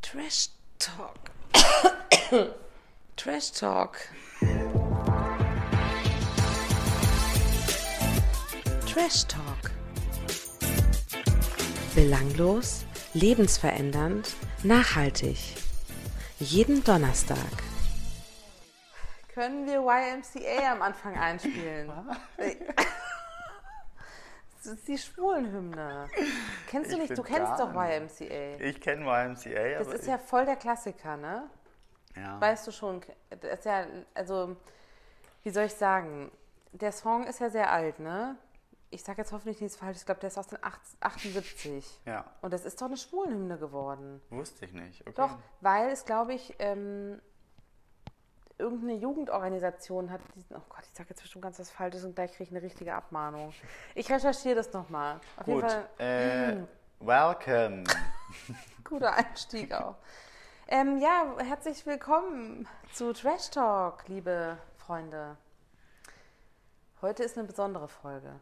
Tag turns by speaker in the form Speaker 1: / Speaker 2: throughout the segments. Speaker 1: Trash Talk. Trash Talk. Trash Talk. Belanglos, lebensverändernd, nachhaltig. Jeden Donnerstag. Können wir YMCA am Anfang einspielen? Das ist die Schwulenhymne. Kennst du
Speaker 2: Ich
Speaker 1: nicht? Du
Speaker 2: bin
Speaker 1: kennst doch
Speaker 2: dran.
Speaker 1: YMCA.
Speaker 2: Ich kenne YMCA,
Speaker 1: Das
Speaker 2: aber
Speaker 1: ist ja voll der Klassiker, ne?
Speaker 2: ich, ja.
Speaker 1: Weißt du schon, das ist ja, also, wie soll ich sagen? Der Song ist ja sehr alt, ne? Ich sag jetzt hoffentlich nichts Falsches, ich glaube, der ist aus den 8- 78.
Speaker 2: ja,
Speaker 1: Und das ist doch eine Schwulenhymne geworden.
Speaker 2: wusste ich nicht. Okay.
Speaker 1: Doch, weil es, glaube ich, ähm, irgendeine Jugendorganisation hat diesen, oh Gott, ich sag jetzt bestimmt ganz was Falsches und gleich kriege ich eine richtige Abmahnung. Ich recherchiere das nochmal. Auf jeden
Speaker 2: Gut.
Speaker 1: Fall Mhm.
Speaker 2: Äh, welcome.
Speaker 1: Guter Einstieg auch. Ähm, ja, herzlich willkommen zu Trash Talk, liebe Freunde. Heute ist eine besondere Folge.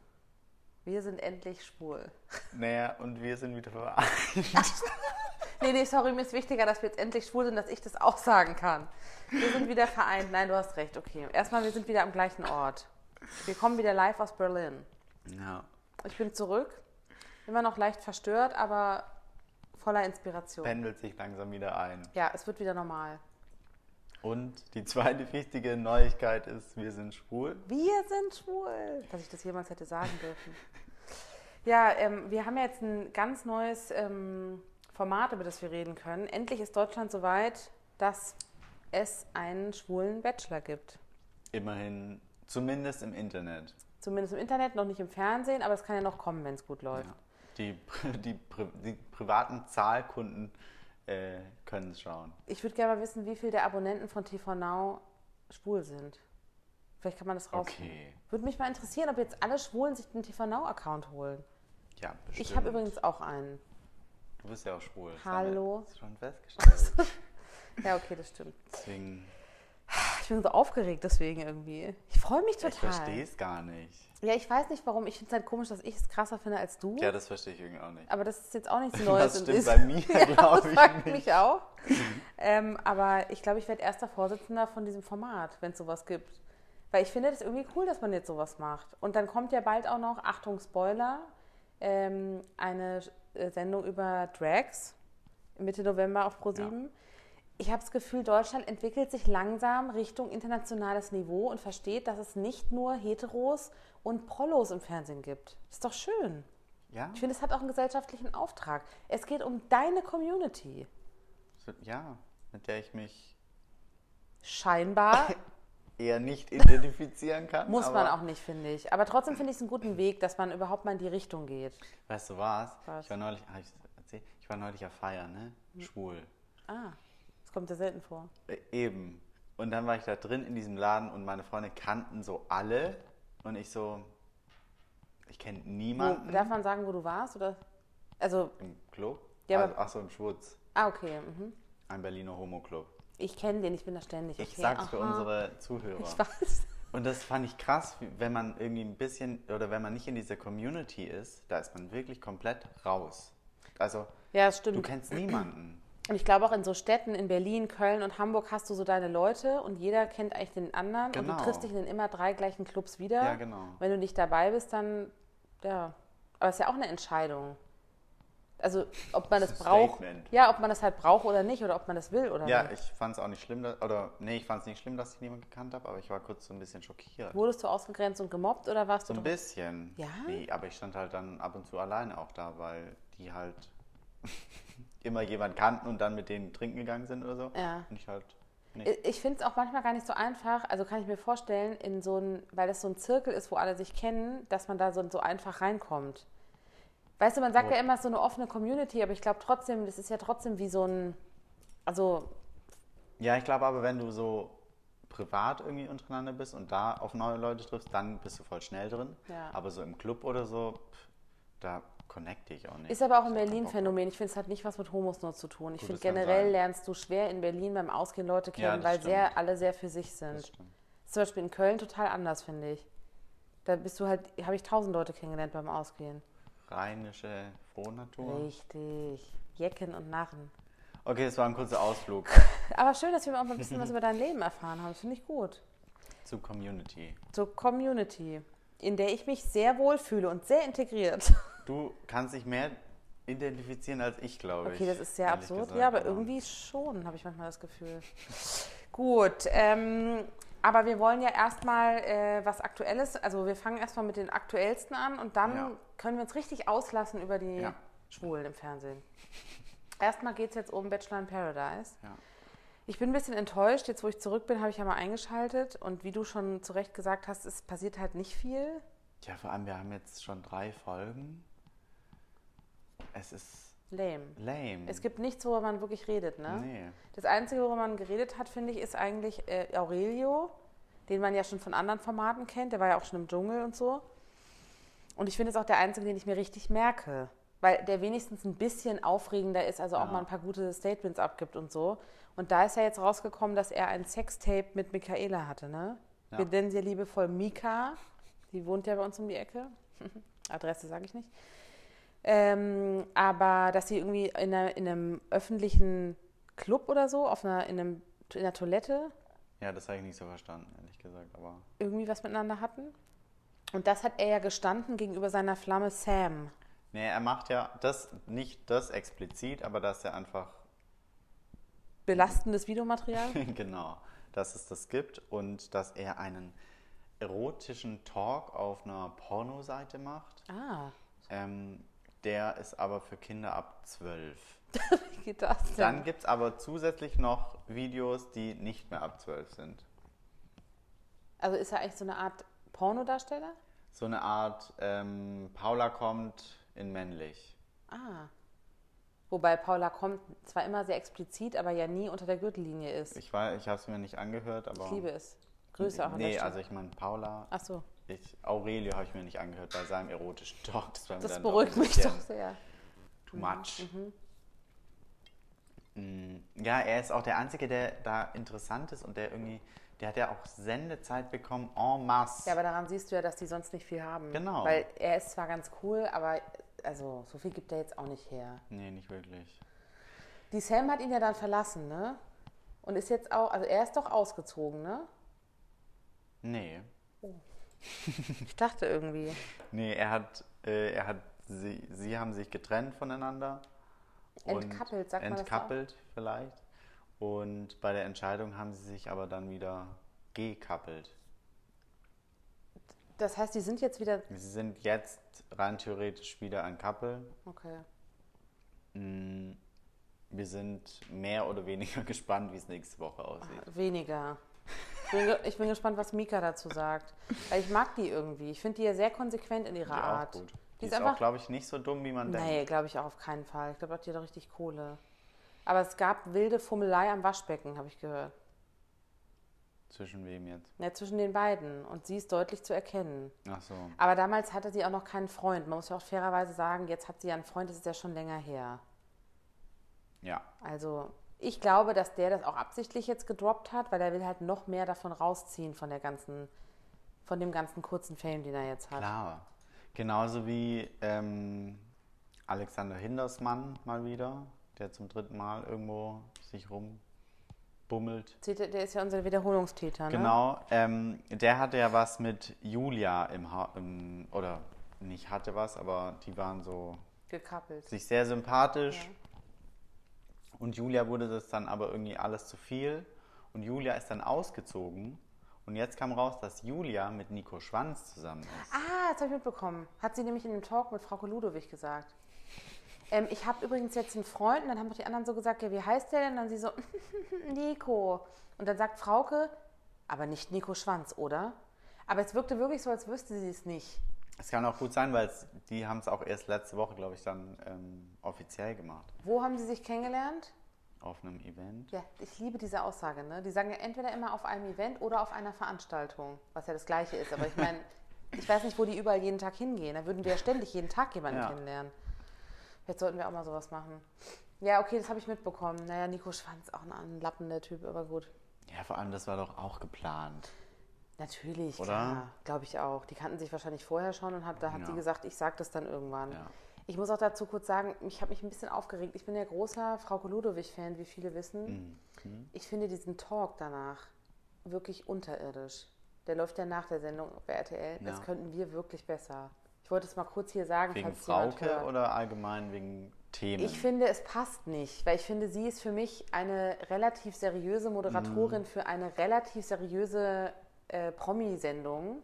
Speaker 1: Wir sind endlich schwul.
Speaker 2: naja, und wir sind wieder vereint.
Speaker 1: Nee, nee, sorry, mir ist wichtiger, dass wir jetzt endlich schwul sind, dass ich das auch sagen kann. Wir sind wieder vereint. Nein, du hast recht, okay. Erstmal, wir sind wieder am gleichen Ort. Wir kommen wieder live aus Berlin.
Speaker 2: Ja.
Speaker 1: Ich bin zurück, immer noch leicht verstört, aber voller Inspiration.
Speaker 2: Pendelt sich langsam wieder ein.
Speaker 1: Ja, es wird wieder normal.
Speaker 2: Und die zweite wichtige Neuigkeit ist, wir sind schwul.
Speaker 1: Wir sind schwul. Dass ich das jemals hätte sagen dürfen. Ja, ähm, wir haben ja jetzt ein ganz neues ähm, Format, über das wir reden können. Endlich ist Deutschland so weit, dass es einen schwulen Bachelor gibt.
Speaker 2: Immerhin, zumindest im Internet.
Speaker 1: Zumindest im Internet, noch nicht im Fernsehen, aber es kann ja noch kommen, wenn es gut läuft.
Speaker 2: Ja. Die, die, Pri- die privaten Zahlkunden äh, können es schauen.
Speaker 1: Ich würde gerne mal wissen, wie viele der Abonnenten von TV Now schwul sind. Vielleicht kann man das raus.
Speaker 2: Okay.
Speaker 1: Würde mich mal interessieren, ob jetzt alle Schwulen sich den TV Now-Account holen.
Speaker 2: Ja, bestimmt.
Speaker 1: Ich habe übrigens auch einen.
Speaker 2: Du bist ja auch schwul. Das
Speaker 1: Hallo.
Speaker 2: haben wir Schon festgestellt.
Speaker 1: Ja, okay, das stimmt.
Speaker 2: Deswegen,
Speaker 1: Ich bin so aufgeregt deswegen irgendwie. Ich freue mich total.
Speaker 2: ich verstehe es gar nicht.
Speaker 1: Ja, ich weiß nicht warum. Ich finde es halt komisch, dass ich es krasser finde als du.
Speaker 2: Ja, das verstehe ich irgendwie auch nicht.
Speaker 1: aber das ist jetzt auch nichts Neues.
Speaker 2: das
Speaker 1: und
Speaker 2: stimmt
Speaker 1: ist-
Speaker 2: bei mir,
Speaker 1: das
Speaker 2: glaube ich
Speaker 1: fragt
Speaker 2: nicht. Mhm.
Speaker 1: mich auch. ähm, aber ich glaube, ich werde erster Vorsitzender von diesem Format, wenn es sowas gibt. Weil ich finde das irgendwie cool, dass man jetzt sowas macht. Und dann kommt ja bald auch noch, Achtung, Spoiler, ähm, eine äh, Sendung über Drags. Mitte November auf ProSieben. Ich habe das Gefühl, Deutschland entwickelt sich langsam Richtung internationales Niveau und versteht, dass es nicht nur Heteros und Prollos im Fernsehen gibt. Ist doch schön.
Speaker 2: Ja,
Speaker 1: Ich finde, es hat auch einen gesellschaftlichen Auftrag. Es geht um deine Community.
Speaker 2: so- ja, mit der ich mich
Speaker 1: Scheinbar
Speaker 2: eher nicht identifizieren kann.
Speaker 1: muss
Speaker 2: aber,
Speaker 1: man auch nicht, finde ich. Aber trotzdem finde ich es einen guten Weg, dass man überhaupt mal in die Richtung geht.
Speaker 2: Weißt du was?
Speaker 1: Was? Hm.
Speaker 2: Ich war neulich, hab ich das erzählt? Ich war neulich ja feiern, ne? Schwul.
Speaker 1: Ah, das kommt ja selten vor.
Speaker 2: Äh, eben. Und dann war ich da drin in diesem Laden und meine Freunde kannten so alle und ich so, ich kenne
Speaker 1: Wo,
Speaker 2: niemanden
Speaker 1: Hm, darf man sagen, wo du warst? Oder? Also,
Speaker 2: im Club.
Speaker 1: Ja,
Speaker 2: also,
Speaker 1: aber-
Speaker 2: ach so, im Schwurz.
Speaker 1: ah, okay. Mhm.
Speaker 2: Ein Berliner Homo-Club.
Speaker 1: Ich kenne den, ich bin da ständig. Okay.
Speaker 2: Ich sag's für
Speaker 1: aha.
Speaker 2: unsere Zuhörer.
Speaker 1: Ich weiß.
Speaker 2: Und das fand ich krass, wie- wenn man irgendwie ein bisschen oder wenn man nicht in dieser Community ist, da ist man wirklich komplett raus. Also,
Speaker 1: Ja, das stimmt.
Speaker 2: du kennst niemanden.
Speaker 1: Und ich glaube auch in so Städten in Berlin, Köln und Hamburg hast du so deine Leute und jeder kennt eigentlich den anderen und du
Speaker 2: Genau.
Speaker 1: triffst dich in den immer drei gleichen Clubs wieder.
Speaker 2: Ja, genau.
Speaker 1: Wenn du nicht dabei bist, dann ja. Aber es ist ja auch eine Entscheidung. Also ob man das,
Speaker 2: Das ist ein
Speaker 1: braucht,
Speaker 2: Statement.
Speaker 1: ja, ob man das halt braucht oder nicht oder ob man das will oder
Speaker 2: Ja,
Speaker 1: nicht.
Speaker 2: ich fand es auch nicht schlimm, dass, oder nee, ich fand es nicht schlimm, dass ich niemanden gekannt habe, aber ich war kurz so ein bisschen schockiert.
Speaker 1: Wurdest du ausgegrenzt und gemobbt oder warst
Speaker 2: So
Speaker 1: du
Speaker 2: ein
Speaker 1: dr-
Speaker 2: bisschen.
Speaker 1: Ja?
Speaker 2: Nee, aber ich stand halt dann ab und zu alleine auch da, weil die halt immer jemanden kannten und dann mit denen trinken gegangen sind oder so.
Speaker 1: Ja. Äh,
Speaker 2: Und ich halt nicht.
Speaker 1: Ich- Ich finde es auch manchmal gar nicht so einfach. Also kann ich mir vorstellen, in so ein, weil das so ein Zirkel ist, wo alle sich kennen, dass man da so, so einfach reinkommt. Weißt du, man sagt
Speaker 2: Gut.
Speaker 1: ja immer, es ist so eine offene Community, aber ich glaube trotzdem, das ist ja trotzdem wie so ein, also
Speaker 2: Ja, ich glaube aber, wenn du so privat irgendwie untereinander bist und da auf neue Leute triffst, dann bist du voll schnell drin.
Speaker 1: Ja.
Speaker 2: Aber so im Club oder so, pff, da connecte ich auch nicht.
Speaker 1: ist aber auch ein
Speaker 2: Ich hab keinen Bock.
Speaker 1: Berlin-Phänomen. Ich finde, es hat nicht was mit Homos nur zu tun. Ich
Speaker 2: Gut,
Speaker 1: finde
Speaker 2: das kann
Speaker 1: generell
Speaker 2: sein.
Speaker 1: lernst du schwer in Berlin beim Ausgehen Leute
Speaker 2: Ja,
Speaker 1: kennen,
Speaker 2: das
Speaker 1: weil sehr,
Speaker 2: stimmt.
Speaker 1: alle sehr für sich sind.
Speaker 2: Das stimmt.
Speaker 1: Ist zum Beispiel in Köln total anders, finde ich. Da bist du halt, habe ich tausend Leute kennengelernt beim Ausgehen.
Speaker 2: Rheinische Frohnatur.
Speaker 1: Richtig. Jecken und Narren.
Speaker 2: Okay, es war ein kurzer Ausflug
Speaker 1: Aber schön, dass wir auch mal ein bisschen was über dein Leben erfahren haben. Das finde ich gut.
Speaker 2: zu Community.
Speaker 1: Zur Community, in der ich mich sehr wohl fühle und sehr integriert.
Speaker 2: Du kannst dich mehr identifizieren als ich, glaube ich.
Speaker 1: Okay, das ist sehr
Speaker 2: ehrlich
Speaker 1: absurd.
Speaker 2: gesagt. genau.
Speaker 1: ja, aber irgendwie schon, habe ich manchmal das Gefühl. Gut, ähm, aber wir wollen ja erstmal äh, was Aktuelles, also wir fangen erstmal mit den Aktuellsten an und dann
Speaker 2: Ja.
Speaker 1: können wir uns richtig auslassen über die
Speaker 2: Ja.
Speaker 1: Schwulen im Fernsehen. Erstmal geht es jetzt um Bachelor in Paradise.
Speaker 2: Ja.
Speaker 1: Ich bin ein bisschen enttäuscht. Jetzt, wo ich zurück bin, habe ich ja mal eingeschaltet. Und wie du schon zu Recht gesagt hast, es passiert halt nicht viel.
Speaker 2: Ja, vor allem, wir haben jetzt schon drei Folgen. Es ist
Speaker 1: Lame.
Speaker 2: lame.
Speaker 1: Es gibt nichts, worüber man wirklich redet, ne?
Speaker 2: Nee.
Speaker 1: Das Einzige, worüber man geredet hat, finde ich, ist eigentlich äh, Aurelio, den man ja schon von anderen Formaten kennt. Der war ja auch schon im Dschungel und so. Und ich finde, es auch der Einzige, den ich mir richtig merke. Weil der wenigstens ein bisschen aufregender ist, also auch
Speaker 2: Ja.
Speaker 1: mal ein paar gute Statements abgibt und so. Und da ist ja jetzt rausgekommen, dass er ein Sextape mit Michaela hatte, ne?
Speaker 2: Ja.
Speaker 1: Wir nennen sie liebevoll Mika. Die wohnt ja bei uns um die Ecke. Adresse sage ich nicht. Ähm, aber dass sie irgendwie in, einer, in einem öffentlichen Club oder so, auf einer, in, einem, in einer Toilette,
Speaker 2: Ja, das habe ich nicht so verstanden, ehrlich gesagt. Aber
Speaker 1: irgendwie was miteinander hatten. Und das hat er ja gestanden gegenüber seiner Flamme Sam.
Speaker 2: nee, er macht ja das nicht das explizit, aber dass er einfach
Speaker 1: Belastendes Videomaterial.
Speaker 2: genau, dass es das gibt und dass er einen erotischen Talk auf einer Pornoseite macht.
Speaker 1: Ah,
Speaker 2: Ähm, der ist aber für Kinder ab 12.
Speaker 1: wie geht das denn?
Speaker 2: Dann gibt es aber zusätzlich noch Videos, die nicht mehr ab 12 sind.
Speaker 1: also ist er eigentlich so eine Art Pornodarsteller?
Speaker 2: So eine Art ähm, Paula kommt in männlich.
Speaker 1: Ah. Wobei Paula kommt zwar immer sehr explizit, aber ja nie unter der Gürtellinie ist. Ich,
Speaker 2: Ich, war- ich habe es mir nicht angehört, aber.
Speaker 1: liebe es. Grüße auch an
Speaker 2: Nee,
Speaker 1: der
Speaker 2: also
Speaker 1: Stelle.
Speaker 2: ich meine Paula.
Speaker 1: Ach so,
Speaker 2: Ich, Aurelio habe ich mir nicht angehört bei seinem erotischen Talk. Das, war mir
Speaker 1: das
Speaker 2: dann doch
Speaker 1: beruhigt
Speaker 2: ein
Speaker 1: mich
Speaker 2: bisschen
Speaker 1: doch Mhm. sehr.
Speaker 2: Too much. Mm, Ja, er ist auch der Einzige, der da interessant ist und der irgendwie. Der hat ja auch Sendezeit bekommen en masse.
Speaker 1: Ja, aber daran siehst du ja, dass die sonst nicht viel haben.
Speaker 2: Genau.
Speaker 1: Weil er ist zwar ganz cool, aber also so viel gibt er jetzt auch nicht her.
Speaker 2: nee, nicht wirklich.
Speaker 1: Die Sam hat ihn ja dann verlassen, ne? Und ist jetzt auch, also er ist doch ausgezogen, ne?
Speaker 2: Nee.
Speaker 1: Ich dachte irgendwie.
Speaker 2: Nee, er hat, äh, er hat sie, sie haben sich getrennt voneinander. und-
Speaker 1: Entkappelt, sagt man das
Speaker 2: Entkappelt vielleicht. Und bei der Entscheidung haben sie sich aber dann wieder gekappelt.
Speaker 1: Das heißt, die sind jetzt wieder.
Speaker 2: Sie sind jetzt rein theoretisch wieder ein Couple.
Speaker 1: Okay.
Speaker 2: Mm, Wir sind mehr oder weniger gespannt, wie es nächste Woche aussieht.
Speaker 1: Weniger. Ich bin, ge- ich bin gespannt, was Mika dazu sagt. Weil ich mag die irgendwie. Ich finde die ja sehr konsequent in ihrer
Speaker 2: Die
Speaker 1: Art.
Speaker 2: Auch gut. Die,
Speaker 1: Die
Speaker 2: ist,
Speaker 1: ist einfach-
Speaker 2: auch, glaube ich, nicht so dumm, wie man
Speaker 1: Nee,
Speaker 2: denkt.
Speaker 1: glaube ich auch auf keinen Fall. Ich glaube, hat die doch richtig Kohle. Aber es gab wilde Fummelei am Waschbecken, habe ich gehört.
Speaker 2: Zwischen wem jetzt?
Speaker 1: Ja, zwischen den beiden. Und sie ist deutlich zu erkennen.
Speaker 2: Ach so.
Speaker 1: Aber damals hatte sie auch noch keinen Freund. Man muss ja auch fairerweise sagen, jetzt hat sie ja einen Freund, das ist ja schon länger her.
Speaker 2: Ja.
Speaker 1: Also ich glaube, dass der das auch absichtlich jetzt gedroppt hat, weil er will halt noch mehr davon rausziehen von der ganzen, von dem ganzen kurzen Fame, den er jetzt hat.
Speaker 2: Klar. Genauso wie ähm, Alexander Hindersmann mal wieder, der zum dritten Mal irgendwo sich rumbummelt.
Speaker 1: Seht ihr, Der ist ja unser Wiederholungstäter, ne?
Speaker 2: Genau, ähm, der hatte ja was mit Julia im ha im, oder nicht hatte was, aber die waren so
Speaker 1: Gekappelt.
Speaker 2: sich sehr sympathisch. Und Julia wurde das dann aber irgendwie alles zu viel. Und Julia ist dann ausgezogen. Und jetzt kam raus, dass Julia mit Nico Schwanz zusammen ist.
Speaker 1: Ah, das habe ich mitbekommen. Hat sie nämlich in dem Talk mit Frau Ludowig gesagt. Ähm, ich habe übrigens jetzt einen Freund und dann haben doch die anderen so gesagt, ja, wie heißt der denn? Und dann sie so, Nico. Und dann sagt Frauke, aber nicht Nico Schwanz, oder? Aber es wirkte wirklich so, als wüsste sie es nicht.
Speaker 2: Es kann auch gut sein, weil es, die haben es auch erst letzte Woche, glaube ich, dann ähm, offiziell gemacht.
Speaker 1: Wo haben sie sich kennengelernt?
Speaker 2: Auf einem Event.
Speaker 1: Ja, ich liebe diese Aussage. Ne? Die sagen ja entweder immer auf einem Event oder auf einer Veranstaltung, was ja das Gleiche ist. Aber ich meine, ich weiß nicht, wo die überall jeden Tag hingehen. Da würden wir ja ständig jeden Tag jemanden
Speaker 2: Ja.
Speaker 1: kennenlernen. Jetzt sollten wir auch mal sowas machen. Ja, okay, das habe ich mitbekommen. Naja, Nico Schwanz, auch ein anlappender Typ, aber gut.
Speaker 2: Ja, vor allem, das war doch auch geplant.
Speaker 1: Natürlich,
Speaker 2: Oder?
Speaker 1: klar. Glaube ich auch. Die kannten sich wahrscheinlich vorher schon und hat, da hat
Speaker 2: Ja.
Speaker 1: sie gesagt, ich sag das dann irgendwann.
Speaker 2: Ja.
Speaker 1: Ich muss auch dazu kurz sagen, ich habe mich ein bisschen aufgeregt. Ich bin ja großer Frau Ludowig-Fan, wie viele wissen.
Speaker 2: Mhm.
Speaker 1: Ich finde diesen Talk danach wirklich unterirdisch. Der läuft ja nach der Sendung bei RTL. Das
Speaker 2: Ja.
Speaker 1: könnten wir wirklich besser. Ich wollte es mal kurz hier sagen,
Speaker 2: Wegen
Speaker 1: falls jemand
Speaker 2: Frauke
Speaker 1: hört.
Speaker 2: oder allgemein wegen Themen?
Speaker 1: Ich finde, es passt nicht, weil ich finde, sie ist für mich eine relativ seriöse
Speaker 2: Mhm.
Speaker 1: Moderatorin für eine relativ seriöse äh, Promi-Sendung.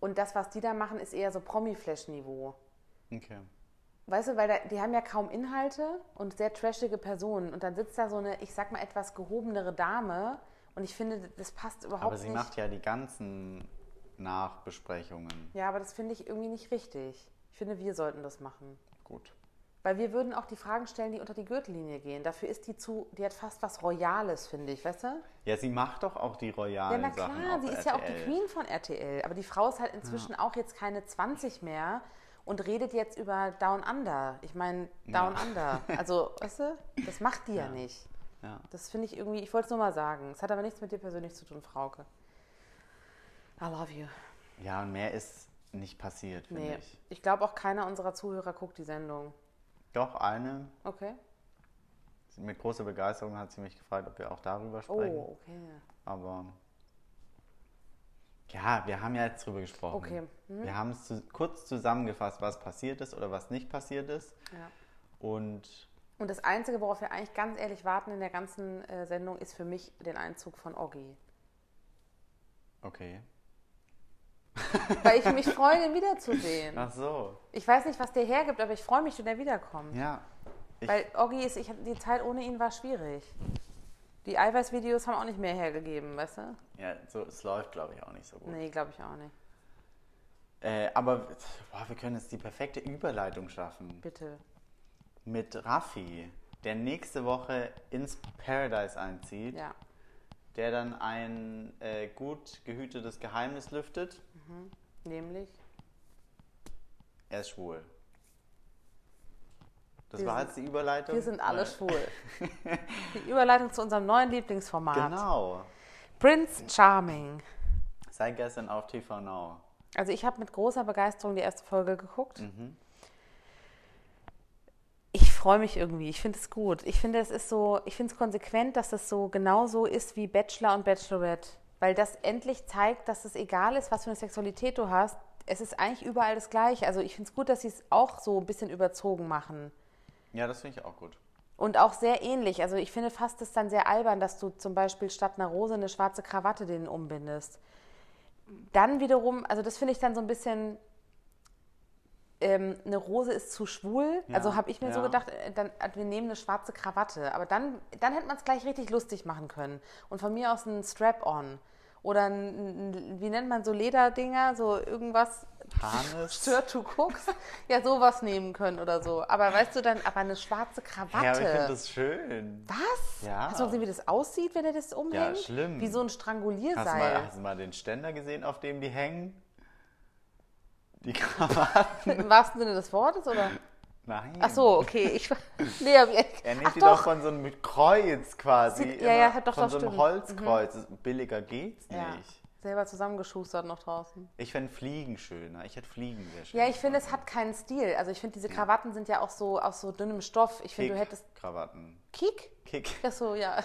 Speaker 1: Und das, was die da machen, ist eher so Promi-Flash-Niveau.
Speaker 2: okay.
Speaker 1: Weißt du, weil da, die haben ja kaum Inhalte und sehr trashige Personen. Und dann sitzt da so eine, ich sag mal, etwas gehobenere Dame. Und ich finde, das passt überhaupt
Speaker 2: Aber sie
Speaker 1: nicht.
Speaker 2: macht ja die ganzen Nachbesprechungen.
Speaker 1: ja, aber das finde ich irgendwie nicht richtig. Ich finde, wir sollten das machen.
Speaker 2: Gut.
Speaker 1: Weil wir würden auch die Fragen stellen, die unter die Gürtellinie gehen. Dafür ist die zu, die hat fast was Royales, finde ich, weißt du?
Speaker 2: Ja, sie macht doch auch die
Speaker 1: Ja,
Speaker 2: royalen
Speaker 1: na
Speaker 2: Sachen.
Speaker 1: klar,
Speaker 2: auf
Speaker 1: sie ist ja
Speaker 2: RTL.
Speaker 1: auch die Queen von RTL. Aber die Frau ist halt inzwischen auch jetzt keine 20 mehr und redet jetzt über Down Under. Ich meine, Down
Speaker 2: Ja.
Speaker 1: Under. Also, weißt du, das macht die ja, nicht.
Speaker 2: Ja.
Speaker 1: Das finde ich irgendwie, ich wollte es nur mal sagen. Es hat aber nichts mit dir persönlich zu tun, Frauke. I love you.
Speaker 2: ja, und mehr ist nicht passiert, finde
Speaker 1: Nee,
Speaker 2: ich.
Speaker 1: ich glaube auch keiner unserer Zuhörer guckt die Sendung.
Speaker 2: Doch, eine,
Speaker 1: Okay?
Speaker 2: mit großer Begeisterung hat sie mich gefragt, ob wir auch darüber sprechen.
Speaker 1: Oh, okay.
Speaker 2: Aber ja, wir haben ja jetzt drüber gesprochen.
Speaker 1: Okay, mhm.
Speaker 2: Wir haben es zu, kurz zusammengefasst, was passiert ist oder was nicht passiert ist.
Speaker 1: Ja.
Speaker 2: Und
Speaker 1: Und das Einzige, worauf wir eigentlich ganz ehrlich warten in der ganzen äh, Sendung, ist für mich den Einzug von Oggi.
Speaker 2: okay.
Speaker 1: Weil ich mich freue, ihn wiederzusehen.
Speaker 2: Ach so.
Speaker 1: Ich weiß nicht, was der hergibt, aber ich freue mich, wenn er wiederkommt.
Speaker 2: Ja. Ich,
Speaker 1: Weil Oggi ist, ich, hab- die Zeit ohne ihn war schwierig. Die Eiweißvideos haben auch nicht mehr hergegeben, weißt du?
Speaker 2: ja, so, es läuft, glaube ich, auch nicht so gut.
Speaker 1: Nee, glaube ich auch nicht.
Speaker 2: Äh, aber boah, wir können jetzt die perfekte Überleitung schaffen.
Speaker 1: Bitte.
Speaker 2: Mit Raffi, der nächste Woche ins Paradise einzieht,
Speaker 1: Ja.
Speaker 2: der dann ein äh, gut gehütetes Geheimnis lüftet.
Speaker 1: Nämlich.
Speaker 2: Er ist schwul. Das
Speaker 1: Wir
Speaker 2: war
Speaker 1: sind-
Speaker 2: jetzt die Überleitung.
Speaker 1: Wir sind alle
Speaker 2: Äh,
Speaker 1: schwul. Die Überleitung zu unserem neuen Lieblingsformat.
Speaker 2: Genau.
Speaker 1: Prince Charming.
Speaker 2: Seit gestern auf TV Now.
Speaker 1: Also ich habe mit großer Begeisterung die erste Folge geguckt. Ich freue mich irgendwie. Ich finde es gut. Ich finde, es ist so, ich finde es konsequent, dass es so genau so ist wie Bachelor und Bachelorette. Weil das endlich zeigt, dass es egal ist, was für eine Sexualität du hast. Es ist eigentlich überall das Gleiche. Also ich finde es gut, dass sie es auch so ein bisschen überzogen machen.
Speaker 2: Ja, das finde ich auch gut.
Speaker 1: Und auch sehr ähnlich. Also ich finde fast es dann sehr albern, dass du zum Beispiel statt einer Rose eine schwarze Krawatte denen umbindest. Dann wiederum, also das finde ich dann so ein bisschen, ähm, eine Rose ist zu schwul.
Speaker 2: Ja,
Speaker 1: also habe ich mir so
Speaker 2: ja.
Speaker 1: gedacht, äh, dann, äh, wir nehmen eine schwarze Krawatte. Aber dann, dann hätte man es gleich richtig lustig machen können. Und von mir aus ein Strap-on. Oder ein, ein, wie nennt man so Lederdinger, so irgendwas,
Speaker 2: Hannes.
Speaker 1: stört du guckst, ja sowas nehmen können oder so. Aber weißt du dann, aber eine schwarze Krawatte.
Speaker 2: Ja, aber ich finde das schön.
Speaker 1: Was? Also,
Speaker 2: Ja.
Speaker 1: Hast du mal gesehen, wie das aussieht, wenn er das umhängt?
Speaker 2: Ja, schlimm.
Speaker 1: Wie so ein
Speaker 2: Hast du, mal,
Speaker 1: Strangulierseil.
Speaker 2: hast du mal den Ständer gesehen, auf dem die hängen? Die Krawatte.
Speaker 1: Im wahrsten Sinne des Wortes, oder?
Speaker 2: Nein.
Speaker 1: Ach so, okay. Ich, nee, hab ich,
Speaker 2: Er nimmt
Speaker 1: ach
Speaker 2: die doch
Speaker 1: doch.
Speaker 2: von so einem Kreuz quasi.
Speaker 1: Sie- ja, ja,
Speaker 2: immer,
Speaker 1: hat doch-
Speaker 2: Von
Speaker 1: doch,
Speaker 2: so einem
Speaker 1: stimmt. Mhm.
Speaker 2: Holzkreuz. Billiger geht's nicht.
Speaker 1: Ja, selber zusammengeschustert noch draußen.
Speaker 2: Ich fände Fliegen schöner. Ich hätte Fliegen sehr schön.
Speaker 1: Ja, ich finde, es hat keinen Stil. Also ich finde, diese Krawatten sind ja auch so aus so dünnem Stoff. Ich finde, du hättest
Speaker 2: Krawatten.
Speaker 1: Kick.
Speaker 2: Kick.
Speaker 1: Das so, ja.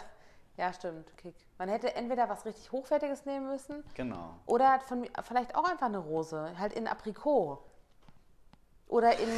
Speaker 1: Ja, stimmt, Kick. Man hätte entweder was richtig Hochwertiges nehmen müssen
Speaker 2: Genau.
Speaker 1: Oder hat von mir vielleicht auch einfach eine Rose, halt in Aprikot. Oder in,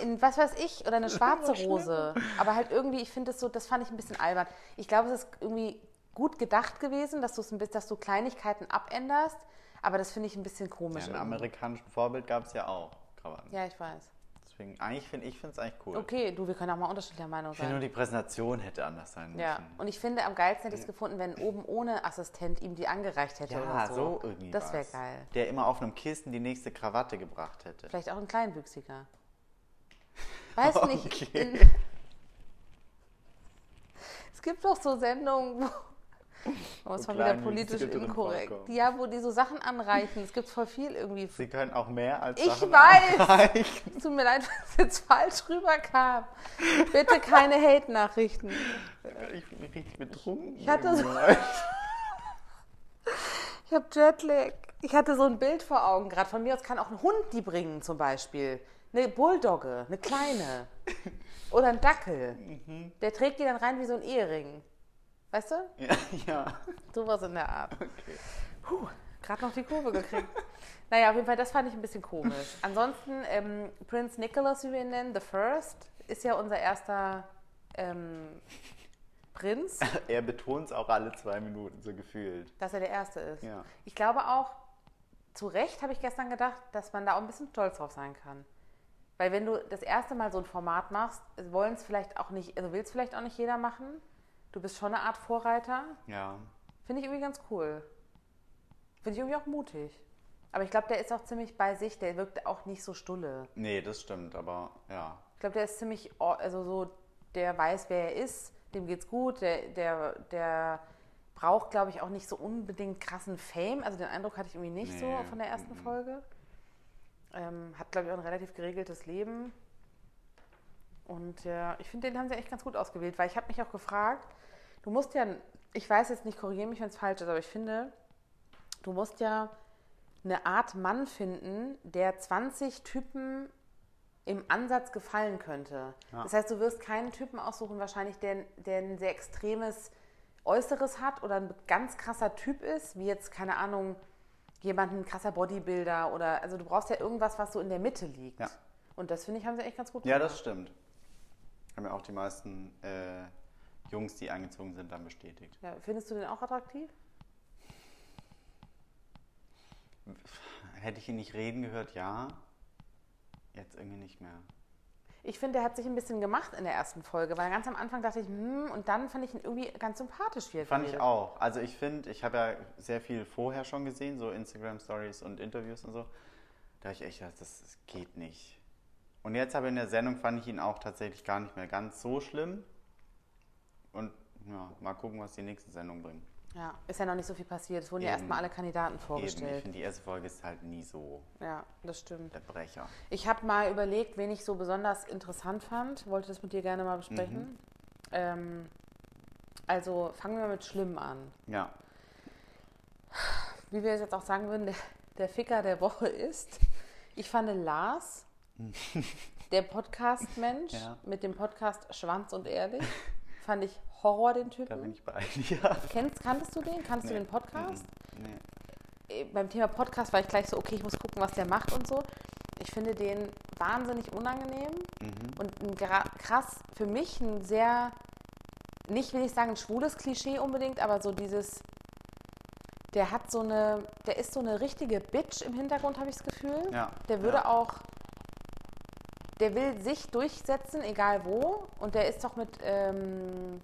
Speaker 1: in was weiß ich, oder eine schwarze Rose. Aber halt irgendwie, ich finde das so, das fand ich ein bisschen albern. Ich glaube, es ist irgendwie gut gedacht gewesen, dass, du's ein bisschen, dass du Kleinigkeiten abänderst, aber das finde ich ein bisschen
Speaker 2: Ja,
Speaker 1: komisch.
Speaker 2: Im
Speaker 1: irgendwie.
Speaker 2: amerikanischen Vorbild gab es ja auch Krawatten.
Speaker 1: ja, ich weiß.
Speaker 2: Deswegen, eigentlich finde ich es eigentlich cool.
Speaker 1: Okay, du, wir können auch mal unterschiedlicher Meinung
Speaker 2: Ich finde nur
Speaker 1: sein.
Speaker 2: die Präsentation hätte anders sein müssen.
Speaker 1: Ja, und ich finde, am geilsten hätte ich es gefunden, wenn oben ohne Assistent ihm die angereicht hätte
Speaker 2: Ja,
Speaker 1: oder
Speaker 2: so.
Speaker 1: so.
Speaker 2: irgendwie.
Speaker 1: das wäre
Speaker 2: war's.
Speaker 1: geil.
Speaker 2: Der immer auf einem Kissen die nächste Krawatte gebracht hätte.
Speaker 1: Vielleicht auch ein Kleinwüchsiger. Weiß nicht.
Speaker 2: Okay.
Speaker 1: in- Es gibt doch so Sendungen, wo. Oh, es
Speaker 2: Wo
Speaker 1: war wieder
Speaker 2: Kleinwüchsige
Speaker 1: politisch
Speaker 2: drin
Speaker 1: inkorrekt.
Speaker 2: vorkommen.
Speaker 1: Ja, wo die so Sachen anreichen. Es gibt voll viel irgendwie.
Speaker 2: Sie können auch mehr als
Speaker 1: Ich
Speaker 2: Sachen
Speaker 1: weiß!
Speaker 2: anreichen.
Speaker 1: Es tut mir leid, wenn es jetzt falsch rüberkam. Bitte keine Hate-Nachrichten.
Speaker 2: Ich bin richtig betrunken.
Speaker 1: Ich hatte so-
Speaker 2: Irgendwann.
Speaker 1: Ich habe Jetlag. Ich hatte so ein Bild vor Augen gerade. Von mir aus kann auch ein Hund die bringen zum Beispiel. Eine Bulldogge, eine kleine. Oder ein Dackel. Der trägt die dann rein wie so ein Ehering. Weißt du?
Speaker 2: Ja, ja.
Speaker 1: Sowas in der Art. Puh, gerade noch die Kurve gekriegt. naja, auf jeden Fall, das fand ich ein bisschen komisch. Ansonsten, ähm, Prince Nicholas, wie wir ihn nennen, The First, ist ja unser erster ähm, Prinz,
Speaker 2: Er betont es auch alle zwei Minuten, so gefühlt.
Speaker 1: dass er der Erste ist.
Speaker 2: Ja.
Speaker 1: Ich glaube auch, zu Recht habe ich gestern gedacht, dass man da auch ein bisschen stolz drauf sein kann. Weil wenn du das erste Mal so ein Format machst, wollen es vielleicht auch nicht, also will es vielleicht auch nicht jeder machen. Du bist schon eine Art Vorreiter.
Speaker 2: Ja.
Speaker 1: Finde ich irgendwie ganz cool. Finde ich irgendwie auch mutig. Aber ich glaube, der ist auch ziemlich bei sich. Der wirkt auch nicht so stulle.
Speaker 2: Nee, das stimmt, aber ja.
Speaker 1: Ich glaube, der ist ziemlich, or- also so, der weiß, wer er ist. Dem geht's gut. Der, der, der braucht, glaube ich, auch nicht so unbedingt krassen Fame. Also den Eindruck hatte ich irgendwie nicht
Speaker 2: Nee,
Speaker 1: so von der ersten
Speaker 2: mhm.
Speaker 1: Folge. Ähm, hat, glaube ich, auch ein relativ geregeltes Leben. Und ja, ich finde, den haben sie echt ganz gut ausgewählt, weil ich habe mich auch gefragt, du musst ja, ich weiß jetzt nicht, korrigiere mich, wenn es falsch ist, aber ich finde, du musst ja eine Art Mann finden, der 20 Typen im Ansatz gefallen könnte.
Speaker 2: Ja.
Speaker 1: Das heißt, du wirst keinen Typen aussuchen, wahrscheinlich, der, der ein sehr extremes Äußeres hat oder ein ganz krasser Typ ist, wie jetzt, keine Ahnung, jemand ein krasser Bodybuilder oder, also du brauchst ja irgendwas, was so in der Mitte liegt.
Speaker 2: Ja.
Speaker 1: Und das finde ich, haben sie echt ganz gut
Speaker 2: Ja, das stimmt. Haben ja auch die meisten äh, Jungs, die eingezogen sind, dann bestätigt.
Speaker 1: Ja, findest du den auch attraktiv?
Speaker 2: Hätte ich ihn nicht reden gehört, ja. Jetzt irgendwie nicht mehr.
Speaker 1: Ich finde, der hat sich ein bisschen gemacht in der ersten Folge, weil ganz am Anfang dachte ich, hm, und dann fand ich ihn irgendwie ganz sympathisch. Wie er
Speaker 2: Fand ich
Speaker 1: geredet.
Speaker 2: auch. Also ich finde, ich habe ja sehr viel vorher schon gesehen, so Instagram-Stories und Interviews und so. Da habe ich echt gedacht, das, das geht nicht. Und jetzt aber in der Sendung fand ich ihn auch tatsächlich gar nicht mehr ganz so schlimm. Und ja, mal gucken, was die nächste Sendung bringt.
Speaker 1: Ja, ist ja noch nicht so viel passiert. Es wurden ja
Speaker 2: Eben.
Speaker 1: erstmal alle Kandidaten
Speaker 2: Eben, ich
Speaker 1: vorgestellt.
Speaker 2: finde, die erste Folge ist halt nie so
Speaker 1: ja, das stimmt.
Speaker 2: der Brecher.
Speaker 1: Ich habe mal überlegt, wen ich so besonders interessant fand. Wollte das mit dir gerne mal besprechen.
Speaker 2: Mhm.
Speaker 1: Ähm, also fangen wir mit Schlimm an.
Speaker 2: Ja,
Speaker 1: Wie wir es jetzt auch sagen würden, der, der Ficker der Woche ist. Ich fand Lars, der Podcast-Mensch
Speaker 2: Ja.
Speaker 1: mit dem Podcast Schwanz und Ehrlich, fand ich Horror den
Speaker 2: da bin
Speaker 1: Typen.
Speaker 2: ich bei dir.
Speaker 1: Kennst, kanntest du den? Kannst du
Speaker 2: Nee.
Speaker 1: den Podcast?
Speaker 2: Nee.
Speaker 1: Äh, beim Thema Podcast war ich gleich so, okay, ich muss gucken, was der macht und so. Ich finde den wahnsinnig unangenehm
Speaker 2: mhm.
Speaker 1: und ein gra- krass, für mich ein sehr, nicht will ich sagen ein schwules Klischee unbedingt, aber so dieses, der hat so eine, der ist so eine richtige Bitch im Hintergrund, habe ich das Gefühl.
Speaker 2: Ja,
Speaker 1: Der würde
Speaker 2: ja.
Speaker 1: auch, der will sich durchsetzen, egal wo. Und der ist doch mit, ähm,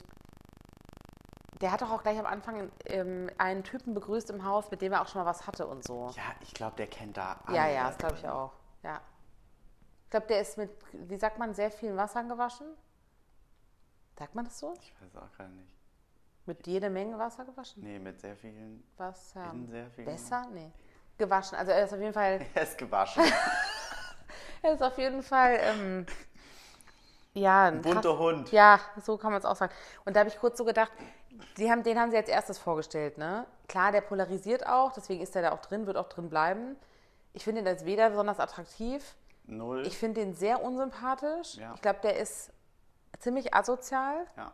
Speaker 1: der hat doch auch gleich am Anfang ähm, einen Typen begrüßt im Haus, mit dem er auch schon mal was hatte und so.
Speaker 2: Ja, ich glaube, der kennt da alle.
Speaker 1: Ja, ja, das
Speaker 2: da
Speaker 1: glaube ich
Speaker 2: drin.
Speaker 1: auch. Ja. Ich glaube, der ist mit, wie sagt man, sehr vielen Wassern gewaschen. Sagt man das so?
Speaker 2: Ich weiß auch gerade nicht.
Speaker 1: Mit jede Menge Wasser gewaschen?
Speaker 2: Nee, mit sehr vielen.
Speaker 1: Wasser.
Speaker 2: In sehr vielen-
Speaker 1: Ähm, Besser? Nee. Gewaschen. Also er ist auf jeden Fall,
Speaker 2: Er ist gewaschen.
Speaker 1: er ist auf jeden Fall, ähm, ja. Ein
Speaker 2: bunter
Speaker 1: krass-
Speaker 2: Hund.
Speaker 1: Ja, so kann man es auch sagen. Und da habe ich kurz so gedacht, die haben, den haben sie als erstes vorgestellt, ne? Klar, der polarisiert auch, deswegen ist er da auch drin, wird auch drin bleiben. Ich finde ihn als weder besonders attraktiv,
Speaker 2: Null.
Speaker 1: Ich finde den sehr unsympathisch.
Speaker 2: Ja.
Speaker 1: Ich glaube, der ist ziemlich asozial
Speaker 2: ja.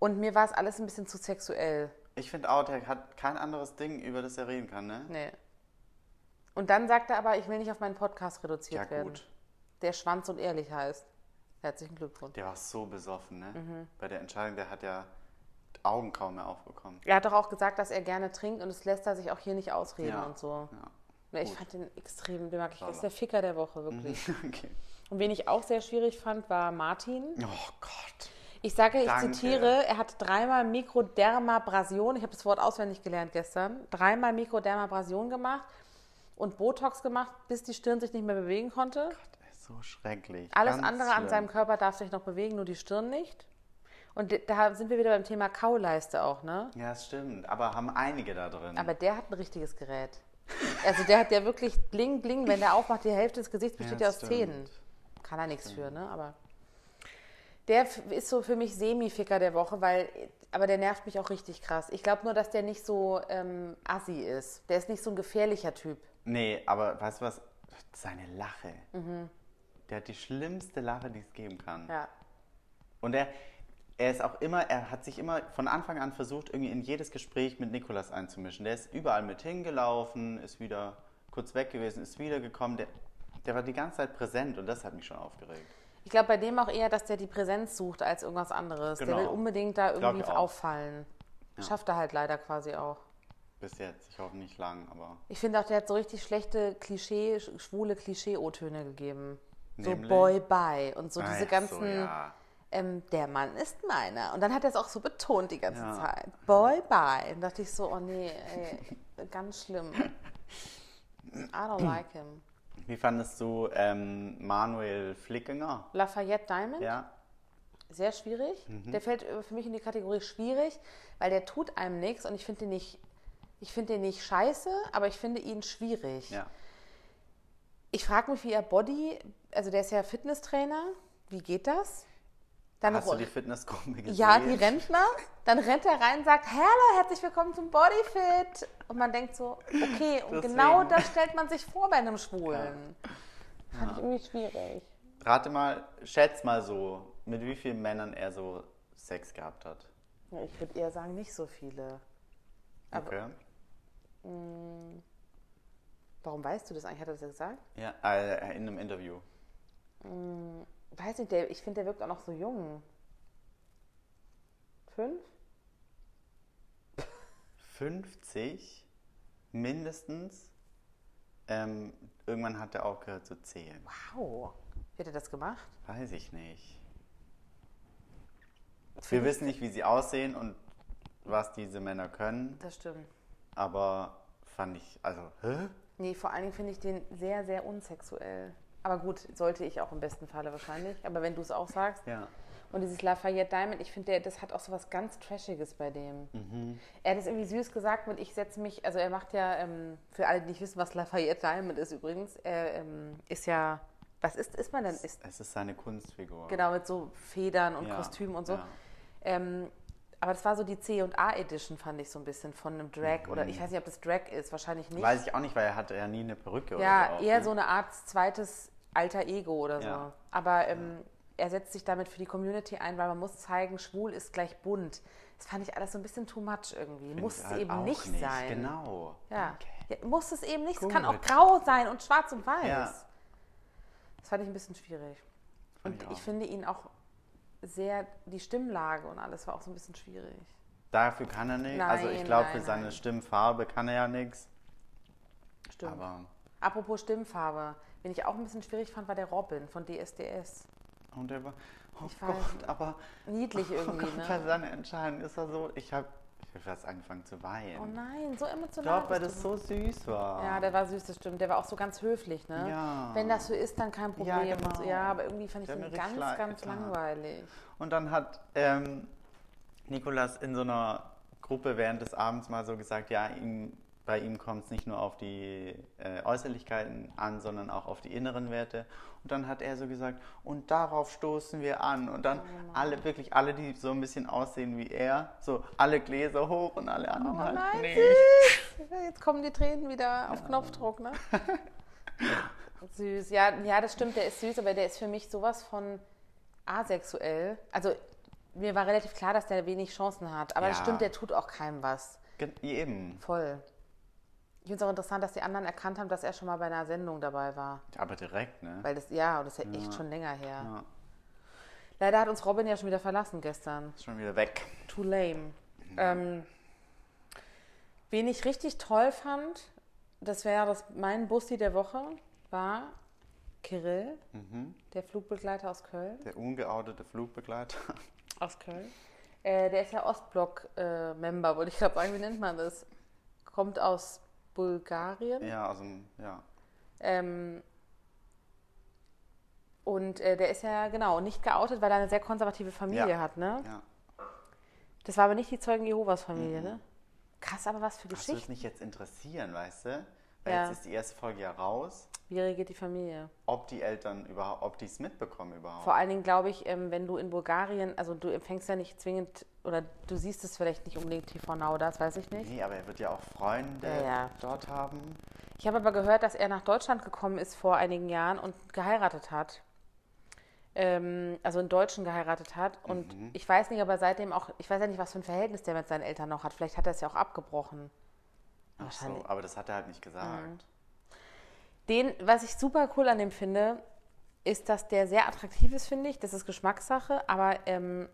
Speaker 1: und mir war es alles ein bisschen zu sexuell.
Speaker 2: Ich finde auch, der hat kein anderes Ding, über das er reden kann, ne?
Speaker 1: Nee. Und dann sagt er aber, ich will nicht auf meinen Podcast reduziert
Speaker 2: ja, gut.
Speaker 1: werden. Der Schwanz und ehrlich heißt. Herzlichen Glückwunsch.
Speaker 2: Der war so besoffen, ne?
Speaker 1: Mhm.
Speaker 2: Bei der Entscheidung, der hat ja die Augen kaum mehr aufbekommen.
Speaker 1: Er hat doch auch gesagt, dass er gerne trinkt und es lässt er sich auch hier nicht ausreden
Speaker 2: Ja.
Speaker 1: und so.
Speaker 2: Ja.
Speaker 1: Ja, Ne, ich
Speaker 2: Gut. Mhm.
Speaker 1: fand den extrem, den mag ich. Das
Speaker 2: Sauber.
Speaker 1: ist der Ficker der Woche, wirklich.
Speaker 2: okay.
Speaker 1: Und wen ich auch sehr schwierig fand, war Martin.
Speaker 2: Oh Gott.
Speaker 1: Ich sage, ich
Speaker 2: Danke.
Speaker 1: zitiere, er hat dreimal Mikrodermabrasion, ich habe das Wort auswendig gelernt gestern, dreimal Mikrodermabrasion gemacht und Botox gemacht, bis die Stirn sich nicht mehr bewegen konnte.
Speaker 2: Der ist so schrecklich.
Speaker 1: Alles
Speaker 2: Ganz
Speaker 1: andere an
Speaker 2: schlimm.
Speaker 1: seinem Körper darf sich noch bewegen, nur die Stirn nicht. Und de- da sind wir wieder beim Thema Kauleiste auch, ne?
Speaker 2: Ja, das stimmt. Aber haben einige da drin.
Speaker 1: Aber der hat ein richtiges Gerät. Also der hat ja wirklich bling bling, wenn der aufmacht, die Hälfte des Gesichts besteht ja, aus
Speaker 2: stimmt.
Speaker 1: Zähnen. Kann er nichts
Speaker 2: Mhm.
Speaker 1: für, ne? Aber der f- ist so für mich Semi-Ficker der Woche, weil, aber der nervt mich auch richtig krass. Ich glaube nur, dass der nicht so ähm, assi ist. Der ist nicht so ein gefährlicher Typ.
Speaker 2: Nee, aber weißt du was? Seine Lache. Der hat die schlimmste Lache, die es geben kann.
Speaker 1: Ja.
Speaker 2: Und er, er ist auch immer, er hat sich immer von Anfang an versucht, irgendwie in jedes Gespräch mit Nikolas einzumischen. Der ist überall mit hingelaufen, ist wieder kurz weg gewesen, ist wiedergekommen. Der, der war die ganze Zeit präsent und das hat mich schon aufgeregt.
Speaker 1: Ich glaube bei dem auch eher, dass der die Präsenz sucht als irgendwas anderes.
Speaker 2: Genau.
Speaker 1: Der will unbedingt da
Speaker 2: Glaub
Speaker 1: irgendwie
Speaker 2: ich auch.
Speaker 1: auffallen. Schafft er halt leider quasi auch.
Speaker 2: Bis jetzt. Ich hoffe nicht lang, aber.
Speaker 1: Ich finde auch, der hat so richtig schlechte Klischee, schwule Klischee-O-Töne gegeben.
Speaker 2: Nämlich?
Speaker 1: So Boy Bye und so
Speaker 2: Ah,
Speaker 1: diese
Speaker 2: ja,
Speaker 1: ganzen,
Speaker 2: So, ja.
Speaker 1: ähm, der Mann ist meiner. Und dann hat er es auch so betont die ganze
Speaker 2: Ja.
Speaker 1: Zeit. Boy Bye. Und dachte ich so, oh nee, ey, ganz schlimm. I don't like him.
Speaker 2: Wie fandest du ähm, Manuel Flickinger?
Speaker 1: Lafayette Diamond?
Speaker 2: Ja. Mhm.
Speaker 1: sehr schwierig. Der fällt äh, für mich in die Kategorie schwierig, weil der tut einem nichts und ich finde den nicht, ich finde den nicht scheiße, aber ich finde ihn schwierig.
Speaker 2: ja.
Speaker 1: Ich frage mich, wie er Body, also der ist ja Fitnesstrainer, wie geht das? Dann
Speaker 2: Hast du
Speaker 1: ro-
Speaker 2: die Fitnessgruppe gesehen?
Speaker 1: ja, die Rentner, dann rennt er rein und sagt, hallo, herzlich willkommen zum Bodyfit. Und man denkt so, okay, und genau
Speaker 2: Deswegen.
Speaker 1: das stellt man sich vor bei einem Schwulen. Fand ich irgendwie schwierig.
Speaker 2: Rate mal, schätz mal so, mit wie vielen Männern er so Sex gehabt hat.
Speaker 1: Ja, ich würde eher sagen, nicht so viele. Aber-
Speaker 2: Okay.
Speaker 1: Warum weißt du das eigentlich? Hat er das gesagt?
Speaker 2: Ja, äh, in einem Interview.
Speaker 1: Weiß nicht, der, ich finde, der wirkt auch noch so jung. Fünf?
Speaker 2: 50 mindestens. Ähm, irgendwann hat er aufgehört zu zählen.
Speaker 1: Wow. Wie hat er das gemacht?
Speaker 2: Weiß ich nicht. Wir
Speaker 1: Fünf-
Speaker 2: wissen nicht, wie sie aussehen und was diese Männer können,
Speaker 1: Das stimmt.
Speaker 2: aber fand ich, also, hä?
Speaker 1: Nee, vor allen Dingen finde ich den sehr, sehr unsexuell. Aber gut, sollte ich auch im besten Falle wahrscheinlich. Aber wenn du es auch sagst.
Speaker 2: Ja.
Speaker 1: Und dieses Lafayette Diamond, ich finde, der- das hat auch so was ganz Trashiges bei dem.
Speaker 2: Mhm.
Speaker 1: Er hat es irgendwie süß gesagt mit ich setze mich, also er macht ja, ähm, für alle, die nicht wissen, was Lafayette Diamond ist übrigens, er ähm, ist ja, was ist, ist man denn? Ist,
Speaker 2: Es ist seine Kunstfigur.
Speaker 1: Genau, mit so Federn und
Speaker 2: Ja,
Speaker 1: Kostümen und so.
Speaker 2: ja.
Speaker 1: Ähm, aber das war so die C und A Edition, fand ich so ein bisschen von einem Drag. Oder ich weiß nicht, ob das Drag ist, wahrscheinlich nicht.
Speaker 2: Mhm. Weiß ich auch nicht, weil er hatte ja nie eine
Speaker 1: ja,
Speaker 2: Perücke oder so. auf,
Speaker 1: eher
Speaker 2: ne?
Speaker 1: so eine Art zweites alter Ego oder so.
Speaker 2: Ja.
Speaker 1: Aber ähm, er setzt sich damit für die Community ein, weil man muss zeigen, schwul ist gleich bunt. Das fand ich alles so ein bisschen too much irgendwie.
Speaker 2: Bin
Speaker 1: muss
Speaker 2: ich
Speaker 1: es
Speaker 2: halt
Speaker 1: eben
Speaker 2: auch
Speaker 1: nicht, sein.
Speaker 2: Genau.
Speaker 1: Ja.
Speaker 2: Okay.
Speaker 1: ja. Muss es eben nicht. Es kann auch
Speaker 2: Gut.
Speaker 1: grau sein und schwarz und weiß.
Speaker 2: Ja.
Speaker 1: Das fand ich ein bisschen schwierig.
Speaker 2: Fand
Speaker 1: und
Speaker 2: ich
Speaker 1: ich,
Speaker 2: auch.
Speaker 1: finde ihn auch sehr, die Stimmlage und alles war auch so ein bisschen schwierig.
Speaker 2: Dafür kann er nichts. Also ich
Speaker 1: Nein,
Speaker 2: glaube, für
Speaker 1: nein,
Speaker 2: seine
Speaker 1: nein.
Speaker 2: Stimmfarbe kann er ja nichts.
Speaker 1: Stimmt.
Speaker 2: Aber,
Speaker 1: Apropos Stimmfarbe, wen ich auch ein bisschen schwierig fand, war der Robin von DSDS.
Speaker 2: und er war, oh
Speaker 1: Ich weiß
Speaker 2: Gott,
Speaker 1: nicht.
Speaker 2: aber
Speaker 1: Niedlich
Speaker 2: oh
Speaker 1: irgendwie,
Speaker 2: Gott, bei
Speaker 1: ne?
Speaker 2: seiner Entscheidung ist er so, ich habe ich hab fast angefangen zu weinen.
Speaker 1: Oh nein, so
Speaker 2: ich
Speaker 1: emotional.
Speaker 2: glaube, weil
Speaker 1: bist
Speaker 2: das so süß
Speaker 1: du.
Speaker 2: war.
Speaker 1: ja, der war süß, das stimmt. Der war auch so ganz höflich, ne?
Speaker 2: Ja.
Speaker 1: Wenn das so ist, dann kein Problem.
Speaker 2: Ja, genau.
Speaker 1: Und so, ja aber irgendwie fand ich
Speaker 2: Der hat
Speaker 1: den
Speaker 2: mir
Speaker 1: ganz,
Speaker 2: richtig leid
Speaker 1: ganz
Speaker 2: getan.
Speaker 1: langweilig.
Speaker 2: Und dann hat ähm, Nikolas in so einer Gruppe während des Abends mal so gesagt, ja, ihm, bei ihm kommt es nicht nur auf die äh, Äußerlichkeiten an, sondern auch auf die inneren Werte. Und dann hat er so gesagt, und darauf stoßen wir an. Und
Speaker 1: Oh
Speaker 2: dann alle, wirklich alle, die so ein bisschen aussehen wie er, so alle Gläser hoch und alle anderen
Speaker 1: Oh
Speaker 2: halt
Speaker 1: nein,
Speaker 2: nicht.
Speaker 1: süß. Jetzt kommen die Tränen wieder auf Knopfdruck, ne? süß. Ja, ja, das stimmt, der ist süß, aber der ist für mich sowas von asexuell. Also mir war relativ klar, dass der wenig Chancen hat. Aber das
Speaker 2: Ja.
Speaker 1: stimmt, der tut auch keinem was.
Speaker 2: Gen- Eben.
Speaker 1: Voll. Ich finde es auch interessant, dass die anderen erkannt haben, dass er schon mal bei einer Sendung dabei war.
Speaker 2: Aber direkt, ne?
Speaker 1: Weil das, ja, und das ist ja, echt schon länger her.
Speaker 2: Ja.
Speaker 1: Leider hat uns Robin ja schon wieder verlassen gestern.
Speaker 2: Ist schon wieder weg.
Speaker 1: Too lame. Ähm, wen ich richtig toll fand, das wäre das, mein Bussi der Woche, war Kirill,
Speaker 2: Mhm.
Speaker 1: der Flugbegleiter aus Köln.
Speaker 2: Der ungeoutete Flugbegleiter.
Speaker 1: Aus Köln? Äh, der ist ja Ostblock-Member, wollte ich gerade sagen, wie nennt man das? Kommt aus Bulgarien.
Speaker 2: ja, also, ja.
Speaker 1: Ähm, und äh, der ist ja, genau, nicht geoutet, weil er eine sehr konservative Familie
Speaker 2: Ja.
Speaker 1: hat, ne?
Speaker 2: ja.
Speaker 1: Das war aber nicht die Zeugen Jehovas Familie, ne? Krass, aber was für
Speaker 2: Das wird
Speaker 1: Geschichten.
Speaker 2: Also mich jetzt interessieren, weißt du? Weil
Speaker 1: Ja.
Speaker 2: jetzt ist die erste Folge ja raus,
Speaker 1: Wie reagiert die Familie?
Speaker 2: ob die Eltern überhaupt, ob die es mitbekommen überhaupt.
Speaker 1: Vor allen Dingen glaube ich, ähm, wenn du in Bulgarien, also du empfängst ja nicht zwingend, oder du siehst es vielleicht nicht unbedingt TV Now, das weiß ich nicht.
Speaker 2: nee, aber er wird ja auch Freunde
Speaker 1: Ja, ja.
Speaker 2: dort haben.
Speaker 1: Ich habe aber gehört, dass er nach Deutschland gekommen ist vor einigen Jahren und geheiratet hat. ähm, also einen Deutschen geheiratet hat. Und ich weiß nicht, aber seitdem auch, ich weiß ja nicht, was für ein Verhältnis der mit seinen Eltern noch hat. Vielleicht hat er es ja auch abgebrochen.
Speaker 2: Ach so, aber das hat er halt nicht gesagt.
Speaker 1: Den, was ich super cool an dem finde, ist, dass der sehr attraktiv ist, finde ich. Das ist Geschmackssache, aber ähm,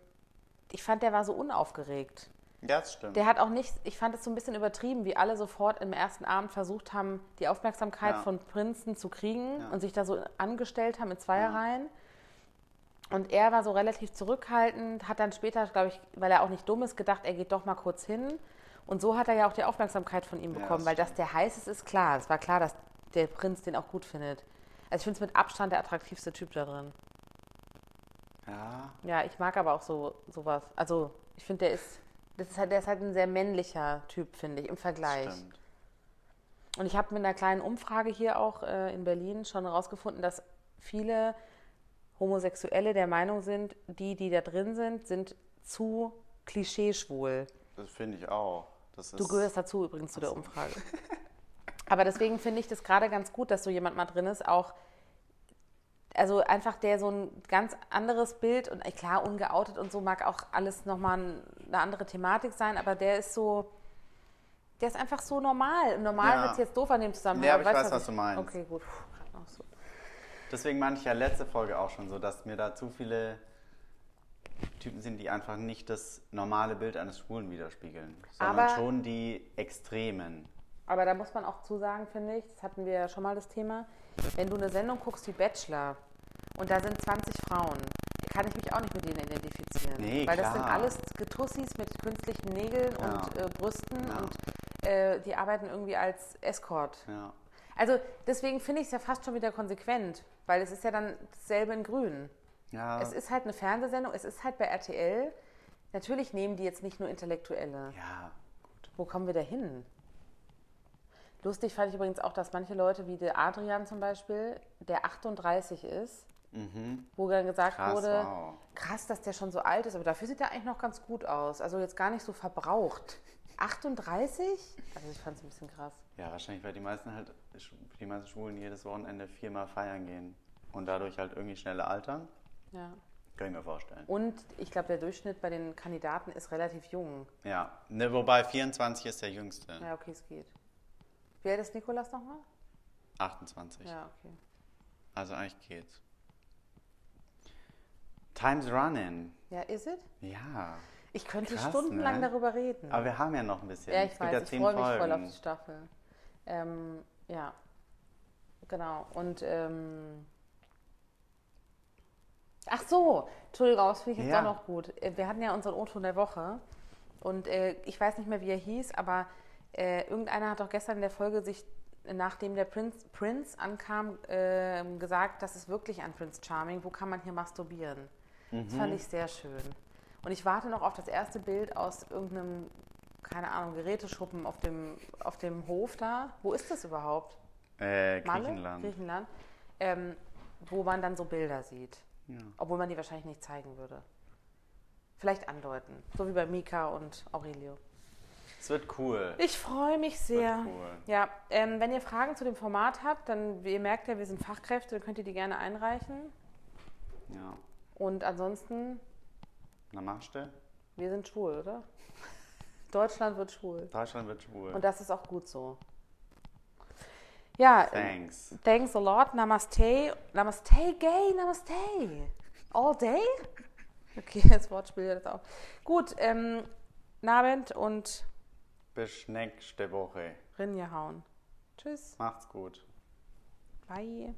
Speaker 1: ich fand, der war so unaufgeregt.
Speaker 2: Ja, das stimmt.
Speaker 1: Mhm. Der hat auch nicht, ich fand es so ein bisschen übertrieben, wie alle sofort im ersten Abend versucht haben, die Aufmerksamkeit
Speaker 2: Ja.
Speaker 1: von Prinzen zu kriegen
Speaker 2: Ja.
Speaker 1: und sich da so angestellt haben in Zweierreihen. Und er war so relativ zurückhaltend, hat dann später, glaube ich, weil er auch nicht dumm ist, gedacht, er geht doch mal kurz hin. Und so hat er ja auch die Aufmerksamkeit von ihm
Speaker 2: Ja,
Speaker 1: bekommen,
Speaker 2: das
Speaker 1: weil dass der heiß ist, ist klar. Es war klar, dass der Prinz den auch gut findet. Also ich finde es mit Abstand der attraktivste Typ darin.
Speaker 2: ja,
Speaker 1: Ja, ich mag aber auch so sowas. Also, ich finde, der ist, das ist halt, der ist halt ein sehr männlicher Typ, finde ich, im
Speaker 2: das
Speaker 1: Vergleich.
Speaker 2: stimmt.
Speaker 1: Und ich habe mit einer kleinen Umfrage hier auch äh, in Berlin schon herausgefunden, dass viele Homosexuelle der Meinung sind, die, die da drin sind, sind zu klischeeschwul.
Speaker 2: Das finde ich auch. Das ist,
Speaker 1: Du gehörst dazu übrigens zu der Umfrage. Aber deswegen finde ich das gerade ganz gut, dass so jemand mal drin ist, auch also einfach der so ein ganz anderes Bild und äh, klar ungeoutet und so mag auch alles noch mal ein- eine andere Thematik sein, aber der ist so der ist einfach so normal. Normal
Speaker 2: Ja.
Speaker 1: wird es jetzt doof an dem Zusammenhang.
Speaker 2: Nee, aber ich
Speaker 1: weißt
Speaker 2: weiß, was
Speaker 1: ich-
Speaker 2: du meinst.
Speaker 1: Okay, gut. Puh, auch so.
Speaker 2: Deswegen meinte ich ja letzte Folge auch schon so, dass mir da zu viele Typen sind, die einfach nicht das normale Bild eines Schwulen widerspiegeln, sondern
Speaker 1: Aber-
Speaker 2: schon die Extremen.
Speaker 1: Aber da muss man auch zusagen, finde ich, das hatten wir ja schon mal das Thema, wenn du eine Sendung guckst wie Bachelor und da sind 20 Frauen, kann ich mich auch nicht mit denen identifizieren.
Speaker 2: Nee,
Speaker 1: weil das sind
Speaker 2: klar.
Speaker 1: alles Getussis mit künstlichen Nägeln
Speaker 2: Ja.
Speaker 1: und äh, Brüsten
Speaker 2: Ja.
Speaker 1: und äh, die arbeiten irgendwie als Escort.
Speaker 2: Ja.
Speaker 1: Also deswegen finde ich es ja fast schon wieder konsequent, weil es ist ja dann dasselbe in grün.
Speaker 2: Ja,
Speaker 1: Es ist halt eine Fernsehsendung, es ist halt bei RTL. Natürlich nehmen die jetzt nicht nur Intellektuelle.
Speaker 2: ja.
Speaker 1: Wo kommen wir da hin? Lustig fand ich übrigens auch, dass manche Leute, wie der Adrian zum Beispiel, der 38 ist, wo dann gesagt
Speaker 2: Mhm. Krass,
Speaker 1: wurde,
Speaker 2: wow.
Speaker 1: krass, dass der schon so alt ist, aber dafür sieht er eigentlich noch ganz gut aus. Also jetzt gar nicht so verbraucht. 38? Also ich fand es ein bisschen krass.
Speaker 2: Ja, wahrscheinlich, weil die meisten halt, die meisten Schwulen jedes Wochenende viermal feiern gehen und dadurch halt irgendwie schneller altern.
Speaker 1: Ja.
Speaker 2: Kann ich mir vorstellen.
Speaker 1: Und ich glaube, der Durchschnitt bei den Kandidaten ist relativ jung.
Speaker 2: Ja, ne, wobei 24 ist der jüngste.
Speaker 1: Ja, okay, es geht. Wie alt ist Nikolas nochmal?
Speaker 2: 28.
Speaker 1: Ja, okay.
Speaker 2: Also eigentlich geht's. Time's running.
Speaker 1: Ja, is it?
Speaker 2: Ja.
Speaker 1: Ich könnte
Speaker 2: Krass,
Speaker 1: stundenlang
Speaker 2: ne?
Speaker 1: darüber reden.
Speaker 2: Aber wir haben ja noch ein bisschen.
Speaker 1: Ja, ich
Speaker 2: es gibt
Speaker 1: weiß,
Speaker 2: ja
Speaker 1: ich
Speaker 2: zehn
Speaker 1: freue mich
Speaker 2: Folgen.
Speaker 1: voll auf die Staffel. Ähm, ja, genau. Und, ähm, ach so, Entschuldigung, das finde ich jetzt
Speaker 2: Ja.
Speaker 1: auch noch gut. Äh, Wir hatten ja unseren O-Ton der Woche und äh, ich weiß nicht mehr, wie er hieß, aber äh, irgendeiner hat doch gestern in der Folge sich, nachdem der Prinz, Prinz ankam, ähm, gesagt, das ist wirklich ein Prinz Charming, wo kann man hier masturbieren? Das fand ich sehr schön. Und ich warte noch auf das erste Bild aus irgendeinem, keine Ahnung, Geräteschuppen auf dem, auf dem Hof da. Wo ist das überhaupt?
Speaker 2: Äh,
Speaker 1: Malle?
Speaker 2: Griechenland.
Speaker 1: Griechenland. Ähm, wo man dann so Bilder sieht.
Speaker 2: Ja.
Speaker 1: Obwohl man die wahrscheinlich nicht zeigen würde. Vielleicht andeuten. So wie bei Mika und Aurelio.
Speaker 2: Es wird cool.
Speaker 1: Ich freue mich sehr.
Speaker 2: Wird cool.
Speaker 1: Ja, ähm, wenn ihr Fragen zu dem Format habt, dann, ihr merkt ja, wir sind Fachkräfte, dann könnt ihr die gerne einreichen.
Speaker 2: Ja.
Speaker 1: Und ansonsten,
Speaker 2: Na, machst du?
Speaker 1: wir sind schwul, oder? Deutschland wird schwul.
Speaker 2: Deutschland wird schwul.
Speaker 1: Und das ist auch gut so. Ja, äh,
Speaker 2: Thanks.
Speaker 1: thanks a lot. Namaste. Namaste, gay, namaste. All day? Okay, das Wortspiel hört jetzt auch. Gut, ähm, Nabend und
Speaker 2: Bis nächste Woche.
Speaker 1: Rinja hauen. Tschüss.
Speaker 2: Macht's gut.
Speaker 1: Bye.